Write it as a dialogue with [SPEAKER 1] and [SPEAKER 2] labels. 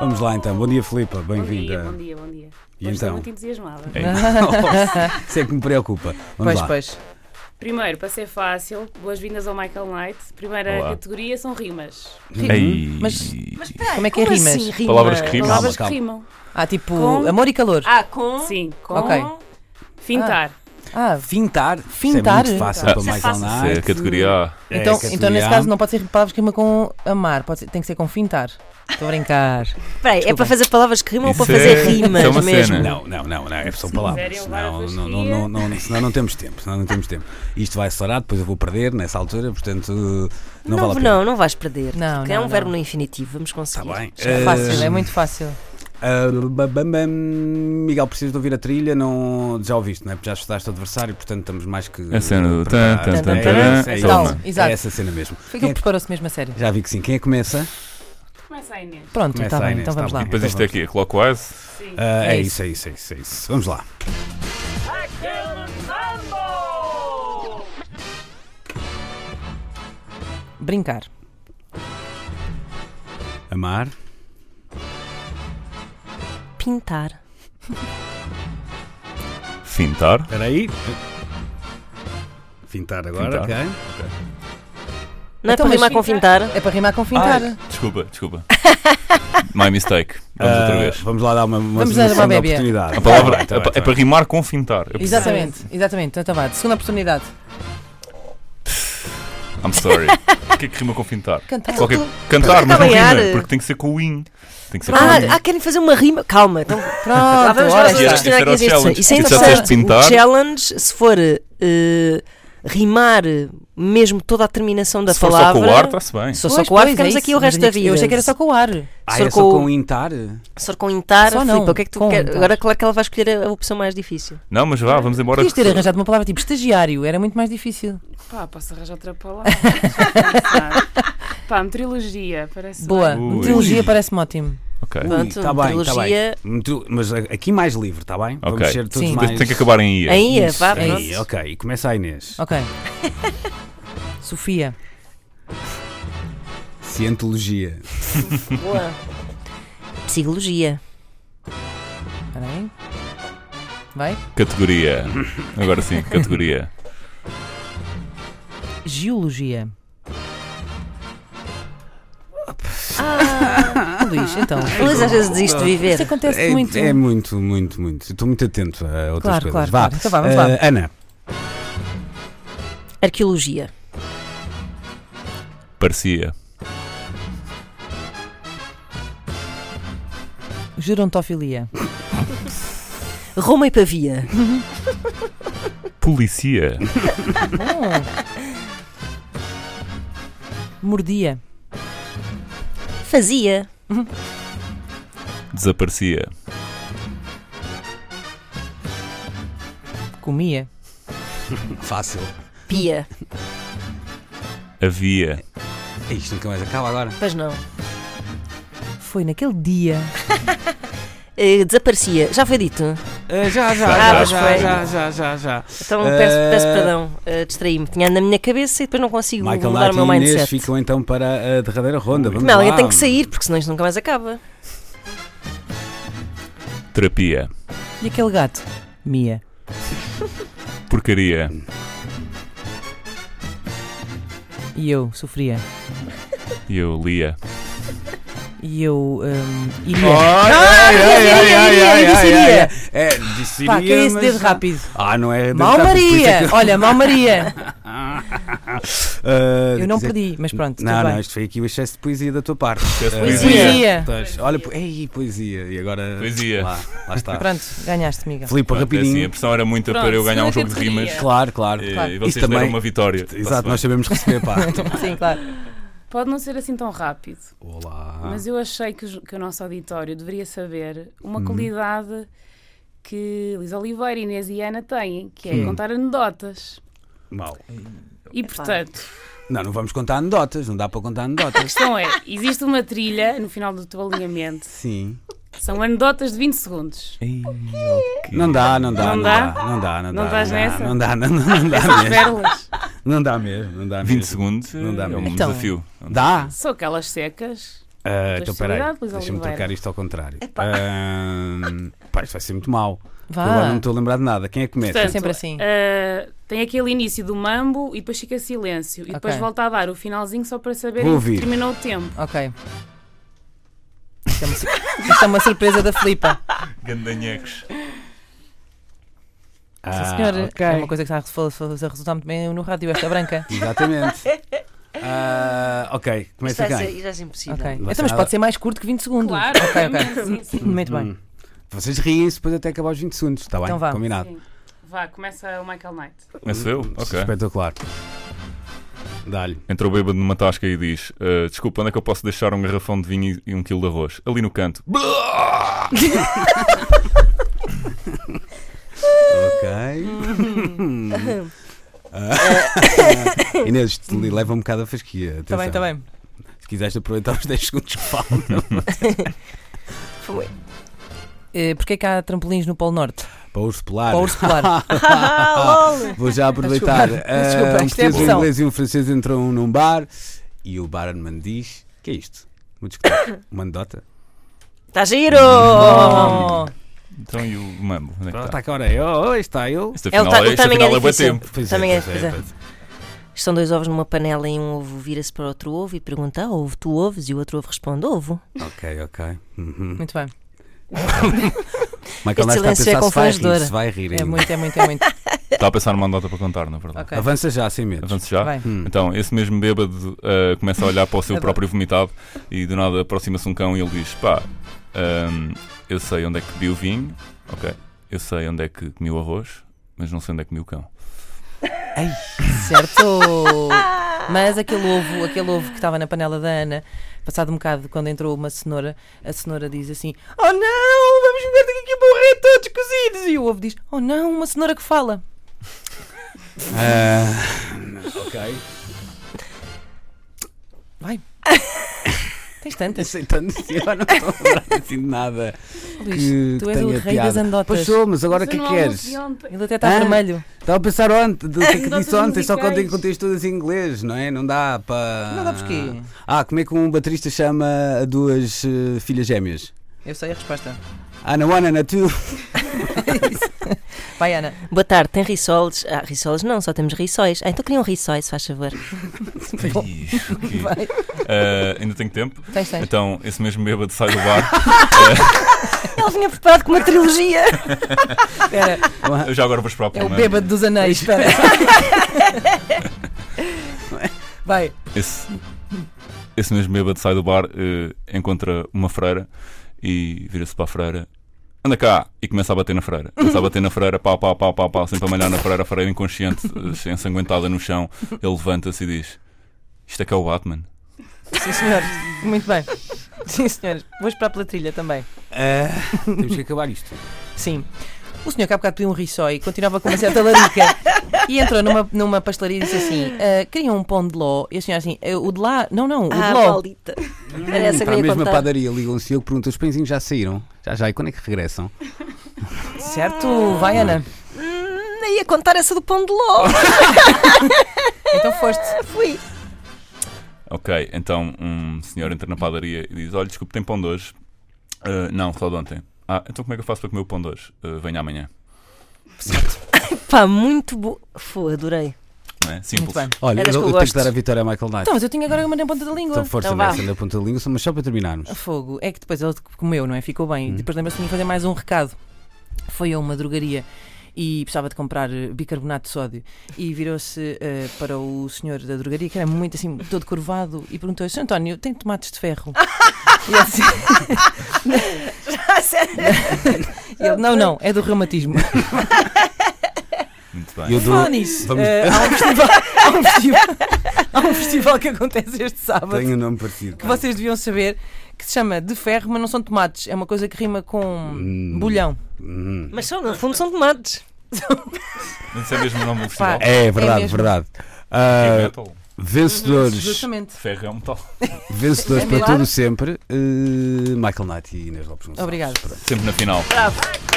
[SPEAKER 1] Vamos lá então. Bom dia, Filipa.
[SPEAKER 2] Bom dia,
[SPEAKER 1] Bem-vinda.
[SPEAKER 2] bom dia, bom dia.
[SPEAKER 1] E
[SPEAKER 2] Hoje estou
[SPEAKER 1] então?
[SPEAKER 2] muito entusiasmada.
[SPEAKER 1] É, então, Isso é que me preocupa. Vamos
[SPEAKER 3] Pois,
[SPEAKER 1] lá.
[SPEAKER 3] pois.
[SPEAKER 2] Primeiro, para ser fácil, boas-vindas ao Michael Knight. Primeira
[SPEAKER 4] Olá.
[SPEAKER 2] categoria são rimas.
[SPEAKER 4] Ei,
[SPEAKER 3] Mas- Como é que é rimas?
[SPEAKER 5] assim, rimas?
[SPEAKER 4] Palavras que rimam.
[SPEAKER 2] Palavras
[SPEAKER 1] calma.
[SPEAKER 2] que rimam.
[SPEAKER 3] Ah, tipo
[SPEAKER 2] Com-
[SPEAKER 3] amor e calor.
[SPEAKER 5] Ah, com.
[SPEAKER 2] Sim, com
[SPEAKER 3] Ok.
[SPEAKER 2] fintar.
[SPEAKER 5] É,
[SPEAKER 3] Ah,
[SPEAKER 1] Fintar.
[SPEAKER 3] Fintar?
[SPEAKER 1] Isso é muito fácil
[SPEAKER 4] Ah,
[SPEAKER 1] para
[SPEAKER 4] isso é
[SPEAKER 1] Michael
[SPEAKER 5] fácil.
[SPEAKER 4] Isso é
[SPEAKER 1] Knight.
[SPEAKER 4] a categoria A.
[SPEAKER 1] É,
[SPEAKER 3] então, então, nesse
[SPEAKER 1] categoria.
[SPEAKER 3] caso, não pode ser palavras que rimam com amar, pode ser- tem que ser com fintar. Estou a brincar.
[SPEAKER 5] Peraí, é
[SPEAKER 3] Desculpa.
[SPEAKER 5] para fazer palavras que rimam ou para
[SPEAKER 4] Isso
[SPEAKER 5] fazer
[SPEAKER 4] é-
[SPEAKER 5] rimas
[SPEAKER 4] isso é uma
[SPEAKER 5] mesmo?
[SPEAKER 4] cena.
[SPEAKER 1] Não, não, não, não, é só palavras.
[SPEAKER 2] quiserem levar a
[SPEAKER 1] Não, não,
[SPEAKER 2] fasquia.
[SPEAKER 1] não, não, não, senão não temos tempo. Senão não temos tempo. Isto vai acelerar, depois eu vou perder nessa altura, portanto não, vale a pena.
[SPEAKER 5] não, não vais perder.
[SPEAKER 3] Não,
[SPEAKER 5] porque é
[SPEAKER 3] não,
[SPEAKER 5] um
[SPEAKER 3] não.
[SPEAKER 5] verbo no infinitivo, vamos conseguir.
[SPEAKER 1] Está
[SPEAKER 4] Tá
[SPEAKER 1] bem.
[SPEAKER 3] É fácil,
[SPEAKER 1] Ah,
[SPEAKER 3] é muito fácil.
[SPEAKER 1] ah, bam, bam, bam. Miguel, precisas de ouvir a trilha, não, já ouviste, não é? Porque já estudaste o adversário, portanto estamos mais que.
[SPEAKER 4] A É cena do
[SPEAKER 1] preparados.
[SPEAKER 4] tan, Então, tan,
[SPEAKER 3] tan,
[SPEAKER 1] É
[SPEAKER 3] tan,
[SPEAKER 1] isso, é
[SPEAKER 3] tan,
[SPEAKER 1] isso.
[SPEAKER 3] tan. Exato.
[SPEAKER 1] É essa cena mesmo.
[SPEAKER 3] Foi que
[SPEAKER 1] Quem é
[SPEAKER 3] ele
[SPEAKER 1] que-
[SPEAKER 3] preparou-se mesmo a sério.
[SPEAKER 1] já vi que sim. Quem é que começa?
[SPEAKER 2] Começa a Inês.
[SPEAKER 3] Pronto,
[SPEAKER 1] Começa
[SPEAKER 3] está
[SPEAKER 1] aí,
[SPEAKER 3] bem,
[SPEAKER 1] Inês,
[SPEAKER 3] então
[SPEAKER 1] tá
[SPEAKER 3] vamos
[SPEAKER 1] bem.
[SPEAKER 3] lá.
[SPEAKER 4] Depois isto é aqui, é clockwise.
[SPEAKER 1] Ah, é,
[SPEAKER 3] É
[SPEAKER 1] isso, é isso, é isso, é isso. Vamos lá.
[SPEAKER 3] Brincar.
[SPEAKER 1] Amar,
[SPEAKER 5] Pintar.
[SPEAKER 4] Fintar.
[SPEAKER 1] espera aí. Fintar agora,
[SPEAKER 4] Fintar.
[SPEAKER 1] ok?
[SPEAKER 5] Não é
[SPEAKER 3] Então,
[SPEAKER 5] para
[SPEAKER 3] mas
[SPEAKER 5] rimar com fintar?
[SPEAKER 3] É para rimar com fintar.
[SPEAKER 1] Ah,
[SPEAKER 4] Desculpa, desculpa. My mistake. Vamos outra
[SPEAKER 1] Ah,
[SPEAKER 4] vez.
[SPEAKER 1] Vamos lá dar uma, uma
[SPEAKER 3] Vamos dar
[SPEAKER 1] solução
[SPEAKER 3] uma
[SPEAKER 1] da
[SPEAKER 3] bébia.
[SPEAKER 1] oportunidade.
[SPEAKER 4] A palavra
[SPEAKER 1] Tá bem, tá
[SPEAKER 4] é,
[SPEAKER 1] bem,
[SPEAKER 4] pa-
[SPEAKER 1] tá
[SPEAKER 4] é para
[SPEAKER 1] bem.
[SPEAKER 4] rimar com fintar. Eu percebi.
[SPEAKER 3] exatamente, exatamente. Então, tá vá. Segunda oportunidade.
[SPEAKER 4] I'm sorry. O que é que rima com fintar?
[SPEAKER 3] Cantar.
[SPEAKER 4] Qualquer- Cantar, mas não
[SPEAKER 5] Trabalhar.
[SPEAKER 4] rima, porque tem que ser com o in. Tem que ser com o in.
[SPEAKER 5] Ah, ah, querem fazer uma rima? Calma, então.
[SPEAKER 3] Pronto,
[SPEAKER 5] vamos
[SPEAKER 3] ora
[SPEAKER 5] nós
[SPEAKER 4] Isso era-
[SPEAKER 5] vamos
[SPEAKER 3] está.
[SPEAKER 4] isso era
[SPEAKER 5] questionar
[SPEAKER 4] o
[SPEAKER 5] aqui as
[SPEAKER 4] challenge.
[SPEAKER 5] instituições. Isso é
[SPEAKER 4] Tu disseste
[SPEAKER 5] interessante.
[SPEAKER 4] pintar.
[SPEAKER 5] O challenge, se for eh, rimar eh, mesmo toda a terminação da
[SPEAKER 4] Se for só
[SPEAKER 5] palavra.
[SPEAKER 4] com o ar, está-se bem.
[SPEAKER 5] Se for só
[SPEAKER 3] Pois,
[SPEAKER 5] com o ar,
[SPEAKER 3] pois, é
[SPEAKER 5] ficamos
[SPEAKER 3] isso.
[SPEAKER 5] aqui o
[SPEAKER 3] Mas
[SPEAKER 5] resto
[SPEAKER 3] eu
[SPEAKER 5] da
[SPEAKER 3] tinha-
[SPEAKER 5] vida.
[SPEAKER 3] Eu achei que era só com o ar.
[SPEAKER 1] Ah,
[SPEAKER 5] Só
[SPEAKER 1] é só
[SPEAKER 5] com-
[SPEAKER 1] com intar?
[SPEAKER 5] Se for com intar,
[SPEAKER 3] Só não,
[SPEAKER 5] Filipe, o que é que tu
[SPEAKER 3] com
[SPEAKER 5] queres?
[SPEAKER 3] intar.
[SPEAKER 5] Agora, claro que ela vai escolher a- a opção mais difícil.
[SPEAKER 4] Não, mas vá, vamos embora.
[SPEAKER 3] Podias ter arranjado uma palavra tipo estagiário, era muito mais difícil.
[SPEAKER 2] Pá, posso arranjar outra palavra? Deixa eu pensar. Pá, meteorologia, parece
[SPEAKER 3] Boa.
[SPEAKER 4] Ui.
[SPEAKER 3] Meteorologia parece-me ótimo.
[SPEAKER 4] Ok.
[SPEAKER 1] Ui,
[SPEAKER 5] Pronto,
[SPEAKER 1] tá bem, tá bem.
[SPEAKER 5] meteorologia.
[SPEAKER 1] Metro- Mas a- aqui mais livre, está bem? Vamos
[SPEAKER 4] Ok.
[SPEAKER 1] ser todos
[SPEAKER 3] Sim.
[SPEAKER 1] mais.
[SPEAKER 4] Tem que acabar em ia.
[SPEAKER 5] Em ia,
[SPEAKER 3] Isso,
[SPEAKER 5] vá,
[SPEAKER 3] é
[SPEAKER 5] pronto.
[SPEAKER 1] Aí, ok, e começa a Inês.
[SPEAKER 3] Ok. Sofia.
[SPEAKER 1] Cientologia.
[SPEAKER 5] Boa. Psicologia.
[SPEAKER 3] Espera aí. Vai.
[SPEAKER 4] Categoria. Agora sim, categoria.
[SPEAKER 3] Geologia. Ah, Luís, então.
[SPEAKER 5] Luís às vezes desiste
[SPEAKER 3] Isto
[SPEAKER 5] de viver.
[SPEAKER 3] acontece
[SPEAKER 1] É
[SPEAKER 3] muito.
[SPEAKER 1] é muito, muito, muito. Estou muito atento a outras
[SPEAKER 3] Claro,
[SPEAKER 1] coisas.
[SPEAKER 3] claro,
[SPEAKER 1] vá.
[SPEAKER 3] claro. Então vá, vamos lá.
[SPEAKER 1] Eh, Ana,
[SPEAKER 5] Arqueologia.
[SPEAKER 4] Parecia.
[SPEAKER 3] Gerontofilia.
[SPEAKER 5] Roma e Pavia.
[SPEAKER 4] Policia.
[SPEAKER 3] Mordia.
[SPEAKER 5] Fazia.
[SPEAKER 4] Desaparecia.
[SPEAKER 3] Comia.
[SPEAKER 1] fácil.
[SPEAKER 5] Pia.
[SPEAKER 4] Havia.
[SPEAKER 1] Isto nunca mais acaba agora.
[SPEAKER 5] Pois não.
[SPEAKER 3] Foi naquele dia.
[SPEAKER 5] Eh, desaparecia. Já foi dito?
[SPEAKER 1] Eh, já, já,
[SPEAKER 5] Ah,
[SPEAKER 1] já,
[SPEAKER 5] mas
[SPEAKER 1] já,
[SPEAKER 5] foi.
[SPEAKER 1] já, já, já, já.
[SPEAKER 5] Então
[SPEAKER 1] Eh,
[SPEAKER 5] peço, peço perdão. eh, Distraí-me. Tinha na minha cabeça e depois não consigo
[SPEAKER 1] Michael
[SPEAKER 5] mudar o meu
[SPEAKER 1] Knight e Inês
[SPEAKER 5] mindset.
[SPEAKER 1] ficam então para a derradeira ronda. Vamos
[SPEAKER 5] Não,
[SPEAKER 1] lá.
[SPEAKER 5] alguém tem que sair, porque senão isto nunca mais acaba.
[SPEAKER 4] Terapia.
[SPEAKER 3] E aquele gato? Mia.
[SPEAKER 4] Porcaria.
[SPEAKER 3] E eu sofria.
[SPEAKER 4] E eu lia.
[SPEAKER 3] E eu. hum, iria.
[SPEAKER 1] Ai, ai, ai, ai, ai,
[SPEAKER 3] iria,
[SPEAKER 1] ai, ai,
[SPEAKER 3] iria.
[SPEAKER 1] ai. É, disse
[SPEAKER 3] Pá, queria esse
[SPEAKER 1] mas-
[SPEAKER 3] dedo rápido.
[SPEAKER 1] Ah, não é. dedo
[SPEAKER 3] Mal
[SPEAKER 1] rápido, por isso é
[SPEAKER 3] Maria!
[SPEAKER 1] que-
[SPEAKER 3] Olha, Mal Maria!
[SPEAKER 1] Ah,
[SPEAKER 3] Eu não
[SPEAKER 1] quer dizer-
[SPEAKER 3] perdi, mas pronto,
[SPEAKER 1] Não,
[SPEAKER 3] tudo
[SPEAKER 1] não,
[SPEAKER 3] bem.
[SPEAKER 1] isto foi aqui o excesso de poesia da tua parte.
[SPEAKER 4] Excesso de
[SPEAKER 1] Ah,
[SPEAKER 4] poesia.
[SPEAKER 3] Poesia.
[SPEAKER 1] Pois, Olha, po- ei, poesia. E agora.
[SPEAKER 4] Poesia.
[SPEAKER 1] Lá, lá está.
[SPEAKER 3] Pronto, ganhaste, Miguel.
[SPEAKER 1] Filipe,
[SPEAKER 4] Pronto, é assim, a
[SPEAKER 1] rapidinho.
[SPEAKER 4] pressão era muita
[SPEAKER 2] Pronto,
[SPEAKER 4] para eu ganhar um jogo
[SPEAKER 2] segunda
[SPEAKER 4] de rimas.
[SPEAKER 2] categoria.
[SPEAKER 1] Claro, claro.
[SPEAKER 4] E,
[SPEAKER 3] Claro.
[SPEAKER 4] e
[SPEAKER 1] Isso
[SPEAKER 4] vocês
[SPEAKER 1] também-
[SPEAKER 4] deram uma vitória. Está-se
[SPEAKER 1] Exato,
[SPEAKER 4] É, bem.
[SPEAKER 1] nós sabemos receber, pá.
[SPEAKER 3] Sim, claro.
[SPEAKER 2] Pode não ser assim tão rápido,
[SPEAKER 1] Olá.
[SPEAKER 2] mas eu achei que, os- que o nosso auditório deveria saber uma
[SPEAKER 1] Uhum.
[SPEAKER 2] qualidade que Lisa Oliveira, Inês e Ana têm, que é contar anedotas.
[SPEAKER 1] Mal.
[SPEAKER 2] E portanto,
[SPEAKER 1] Não, não vamos contar anedotas, não dá para contar
[SPEAKER 2] a
[SPEAKER 1] anedotas.
[SPEAKER 2] questão é: existe uma trilha no final do teu alinhamento,
[SPEAKER 1] Sim.
[SPEAKER 2] são anedotas de 20 segundos.
[SPEAKER 4] Ei, ok.
[SPEAKER 1] Não dá, não dá.
[SPEAKER 2] Não
[SPEAKER 1] Não
[SPEAKER 2] dá?
[SPEAKER 1] dá, não dá.
[SPEAKER 2] Não
[SPEAKER 1] dá,
[SPEAKER 2] vais
[SPEAKER 1] não dá,
[SPEAKER 2] nessa?
[SPEAKER 1] Não dá, não, não dá mesmo.
[SPEAKER 2] Pérolas.
[SPEAKER 1] Não dá mesmo, não dá
[SPEAKER 4] 20
[SPEAKER 1] mesmo.
[SPEAKER 4] segundos
[SPEAKER 1] Não dá
[SPEAKER 4] é um
[SPEAKER 1] mesmo.
[SPEAKER 3] Então.
[SPEAKER 4] desafio.
[SPEAKER 1] Dá?
[SPEAKER 2] São aquelas secas.
[SPEAKER 1] Ah, então peraí,
[SPEAKER 2] facilidade, Luís
[SPEAKER 1] deixa-me
[SPEAKER 2] Oliveira.
[SPEAKER 1] trocar isto ao contrário. Ahm, pá, isto vai ser muito mau. Eu Agora
[SPEAKER 3] Vá.
[SPEAKER 1] não estou a lembrar de nada. Quem é que começa?
[SPEAKER 2] Portanto,
[SPEAKER 3] sempre assim.
[SPEAKER 2] ah, tem aquele início do mambo e depois fica silêncio. E depois
[SPEAKER 3] Ok.
[SPEAKER 2] volta a dar o finalzinho só para saber
[SPEAKER 1] Vou
[SPEAKER 2] que
[SPEAKER 1] ouvir.
[SPEAKER 2] terminou o tempo.
[SPEAKER 3] Ok. Isto é uma sur- Isto é uma surpresa da Filipa.
[SPEAKER 4] Gandanhecos.
[SPEAKER 1] Ah,
[SPEAKER 3] Sim, senhora.
[SPEAKER 1] ok.
[SPEAKER 3] É uma coisa que está a re- a resultar muito bem no rádio, esta branca.
[SPEAKER 1] Exatamente. Ah, ok,
[SPEAKER 5] Isto
[SPEAKER 1] começa
[SPEAKER 5] vai
[SPEAKER 1] quem?
[SPEAKER 5] ser, isto vai ser impossível.
[SPEAKER 3] Ok.
[SPEAKER 1] Não
[SPEAKER 3] Então, mas
[SPEAKER 1] sei nada. Hum,
[SPEAKER 3] pode ser mais curto que 20 segundos.
[SPEAKER 2] Claro,
[SPEAKER 3] Ok, ok.
[SPEAKER 2] sim, sim.
[SPEAKER 3] Muito bem.
[SPEAKER 1] Vocês riem-se depois até acabar os 20 segundos, está bem?
[SPEAKER 3] Hum, Então vá.
[SPEAKER 1] Combinado. é
[SPEAKER 2] Sim. Vá, começa o Michael Knight.
[SPEAKER 4] Começo eu? Ok.
[SPEAKER 1] Espetacular. Dá-lhe.
[SPEAKER 4] Entrou bêbado numa tasca e diz: "Ah, Desculpa, onde é que eu posso deixar um garrafão de vinho e e um quilo de arroz? Ali no canto.
[SPEAKER 1] Ok. Uhum. Ah, Inês, isto lhe leva um bocado a fasquia.
[SPEAKER 3] Está Tá bem,
[SPEAKER 1] atenção.
[SPEAKER 3] está bem.
[SPEAKER 1] Se quiseres aproveitar os 10 segundos que faltam.
[SPEAKER 5] Foi.
[SPEAKER 3] Eh, Porquê é que há trampolins no Polo Norte?
[SPEAKER 1] Para o urso polar.
[SPEAKER 3] Para o urso polar.
[SPEAKER 5] Ah, lol.
[SPEAKER 1] Vou já aproveitar.
[SPEAKER 3] Desculpa,
[SPEAKER 1] Ah,
[SPEAKER 3] desculpa,
[SPEAKER 1] um
[SPEAKER 3] isto é a
[SPEAKER 1] português, um
[SPEAKER 3] versão.
[SPEAKER 1] inglês e um francês entram num bar e o barman diz: que é isto? Uma discoteca? Uma anedota?
[SPEAKER 5] Está Tá giro!
[SPEAKER 3] Oh,
[SPEAKER 4] Então e o mambo? Onde é que
[SPEAKER 1] Ah,
[SPEAKER 4] está?
[SPEAKER 1] Está cá, ora aí. Oh, oh, está eu.
[SPEAKER 4] Este
[SPEAKER 5] Ele
[SPEAKER 4] afinal,
[SPEAKER 5] tá-
[SPEAKER 4] é- este
[SPEAKER 5] também é
[SPEAKER 4] afinal é bué
[SPEAKER 5] difícil.
[SPEAKER 4] tempo.
[SPEAKER 1] Pois
[SPEAKER 5] Também é, pois é.
[SPEAKER 1] pois
[SPEAKER 5] Estão dois ovos numa panela e um ovo vira-se para outro ovo e pergunta: "Ah, ovo, tu ovos? E o outro ovo responde: ovo.
[SPEAKER 1] Ok, ok. Uhum.
[SPEAKER 3] muito bem.
[SPEAKER 1] Michael Knight
[SPEAKER 5] Este
[SPEAKER 1] está a
[SPEAKER 5] silêncio é
[SPEAKER 1] pensar se vai rir,
[SPEAKER 5] constrangedor.
[SPEAKER 1] se vai rir
[SPEAKER 3] É
[SPEAKER 1] ainda.
[SPEAKER 3] muito, é muito, é muito.
[SPEAKER 4] Está Tá a pensar numa anedota para contar, na verdade.
[SPEAKER 3] Ok.
[SPEAKER 1] Avança já, sem medo.
[SPEAKER 4] Avanço já.
[SPEAKER 3] Vai.
[SPEAKER 1] Hum.
[SPEAKER 4] Então, esse mesmo bêbado ah, começa a olhar para o seu
[SPEAKER 3] Adoro.
[SPEAKER 4] próprio vomitado e do nada aproxima-se um cão e ele diz: Pá, ahm, eu sei onde é que bebi o vinho, ok, eu sei onde é que comi o arroz, mas não sei onde é que comi o cão.
[SPEAKER 3] Certo! Mas aquele ovo, aquele ovo que estava na panela da Ana, passado um bocado, quando entrou uma cenoura, a cenoura diz assim: Oh não, vamos ver daqui que morrer todos cozidos! E o ovo diz: Oh não, uma cenoura que fala.
[SPEAKER 1] Ah, ok.
[SPEAKER 3] Vai! Tens tantas.
[SPEAKER 1] Aceitando eu não estou a lembrar assim de nada.
[SPEAKER 3] Luís,
[SPEAKER 1] que-
[SPEAKER 3] tu
[SPEAKER 1] que
[SPEAKER 3] és o
[SPEAKER 1] tenha
[SPEAKER 3] rei
[SPEAKER 1] piada.
[SPEAKER 3] das
[SPEAKER 1] Pois
[SPEAKER 3] andotas.
[SPEAKER 1] sou, mas agora o que é que
[SPEAKER 2] Mas eu não almoço
[SPEAKER 1] queres?
[SPEAKER 2] de ontem.
[SPEAKER 3] Ele até está
[SPEAKER 1] Ah.
[SPEAKER 3] vermelho.
[SPEAKER 1] Estava a pensar ontem, do que é que
[SPEAKER 2] Anedotas
[SPEAKER 1] disse ontem, só que ontem
[SPEAKER 2] musicais.
[SPEAKER 1] contei tudo em inglês, não é? Não dá para.
[SPEAKER 3] Não dá porquê.
[SPEAKER 1] Ah, como é que um baterista chama a duas eh, filhas gêmeas?
[SPEAKER 3] Eu sei a resposta.
[SPEAKER 1] Ana one, Ana two.
[SPEAKER 3] Vai, Ana.
[SPEAKER 5] Boa tarde, tem rissoles? Ah, rissoles não, só temos rissóis. Ah, então queriam rissóis, se faz favor.
[SPEAKER 4] Ih, ok.
[SPEAKER 3] Vai.
[SPEAKER 4] Ah, ainda tenho tempo.
[SPEAKER 3] Tens, tens.
[SPEAKER 4] Então, esse mesmo bêbado sai do bar.
[SPEAKER 5] Ele vinha preparado com uma trilogia.
[SPEAKER 3] Espera,
[SPEAKER 4] Eu já agora vou esperar
[SPEAKER 3] é
[SPEAKER 4] pelo
[SPEAKER 3] o
[SPEAKER 4] menos.
[SPEAKER 3] bêbado dos anéis. Espera. Vai.
[SPEAKER 4] Esse, esse mesmo bêbado sai do bar, eh, encontra uma freira e vira-se para a freira. Anda cá! E começa a bater na freira. Começa a bater na freira, pau, pau, pau, pau, pau, sempre a malhar na freira, a freira inconsciente, eh, ensanguentada no chão. Ele levanta-se e diz: Isto é que é o Batman.
[SPEAKER 3] Sim, senhores. Muito bem. Sim, senhores. Vou esperar pela trilha também. Eh,
[SPEAKER 1] Ah, temos que acabar isto.
[SPEAKER 3] Sim. O senhor que há bocado pediu um rissó e continuava com uma certa larica e entrou numa, numa pastelaria e disse assim: "Ah, queria um pão de ló. E a senhora assim: "Ah, o de lá? Não, não, o de
[SPEAKER 5] Ah,
[SPEAKER 3] ló.
[SPEAKER 5] maldita. Era essa que
[SPEAKER 1] para a
[SPEAKER 5] eu ia
[SPEAKER 1] mesma
[SPEAKER 5] contar.
[SPEAKER 1] padaria um ligam-se e eu pergunto: os pãezinhos já saíram? Já já, e quando é que regressam?
[SPEAKER 3] Certo, vai, Ana.
[SPEAKER 5] Hum, eu ia contar essa do pão de ló.
[SPEAKER 3] Então foste.
[SPEAKER 5] Fui.
[SPEAKER 4] Ok, então um senhor entra na padaria e diz: Olha, desculpe, tem pão de hoje? "Ah, não, só de ontem. Ah, então como é que eu faço para comer o pão de hoje? "Ah, venha amanhã.
[SPEAKER 5] Pá, muito bom. Fô, adorei.
[SPEAKER 4] Não é?
[SPEAKER 3] Muito
[SPEAKER 4] Simples.
[SPEAKER 3] bem.
[SPEAKER 1] Olha,
[SPEAKER 5] Era
[SPEAKER 1] eu,
[SPEAKER 5] isso que eu
[SPEAKER 1] eu tenho
[SPEAKER 5] gosto.
[SPEAKER 1] que dar a vitória a Michael Knight.
[SPEAKER 3] Então, mas eu tinha agora uma na ponta da
[SPEAKER 1] Então,
[SPEAKER 3] língua.
[SPEAKER 1] força
[SPEAKER 5] Então vá.
[SPEAKER 1] nessa, na ponta da língua, mas só para terminarmos.
[SPEAKER 3] Fogo. É que depois ele comeu, não é? Ficou bem. E
[SPEAKER 1] Hum.
[SPEAKER 3] depois lembra-se de fazer mais um recado. Foi a uma drogaria e precisava de comprar eh, bicarbonato de sódio. E virou-se eh, para o senhor da drogaria, que era muito assim, todo curvado, e perguntou-lhe: Sr. António, tem tomates de ferro? e assim- ele disse: E ele, Não, não, é do reumatismo.
[SPEAKER 4] Muito bem.
[SPEAKER 1] E eu dou.
[SPEAKER 3] Fala nisso.
[SPEAKER 1] Vamos-
[SPEAKER 3] eh, há, um festival, há, um festival, há um festival que acontece este sábado
[SPEAKER 1] Tenho um nome parecido.
[SPEAKER 3] que vocês deviam saber que se chama de ferro, mas não são tomates. É uma coisa que rima com
[SPEAKER 1] Hum.
[SPEAKER 3] bolhão.
[SPEAKER 1] Hum.
[SPEAKER 5] Mas são, é? no fundo, são tomates.
[SPEAKER 4] Esse é mesmo o nome do festival.
[SPEAKER 1] É verdade,
[SPEAKER 3] mesmo.
[SPEAKER 1] verdade. Ah,
[SPEAKER 4] É metal.
[SPEAKER 1] vencedores,
[SPEAKER 3] Exatamente.
[SPEAKER 4] Ferro é um metal.
[SPEAKER 1] vencedores
[SPEAKER 3] É
[SPEAKER 1] para
[SPEAKER 3] verdade.
[SPEAKER 1] todo sempre, eh, Michael Knight e Inês Lopes Gonçalves.
[SPEAKER 3] Obrigado.
[SPEAKER 1] Pronto.
[SPEAKER 4] Sempre na final.
[SPEAKER 5] Bravo.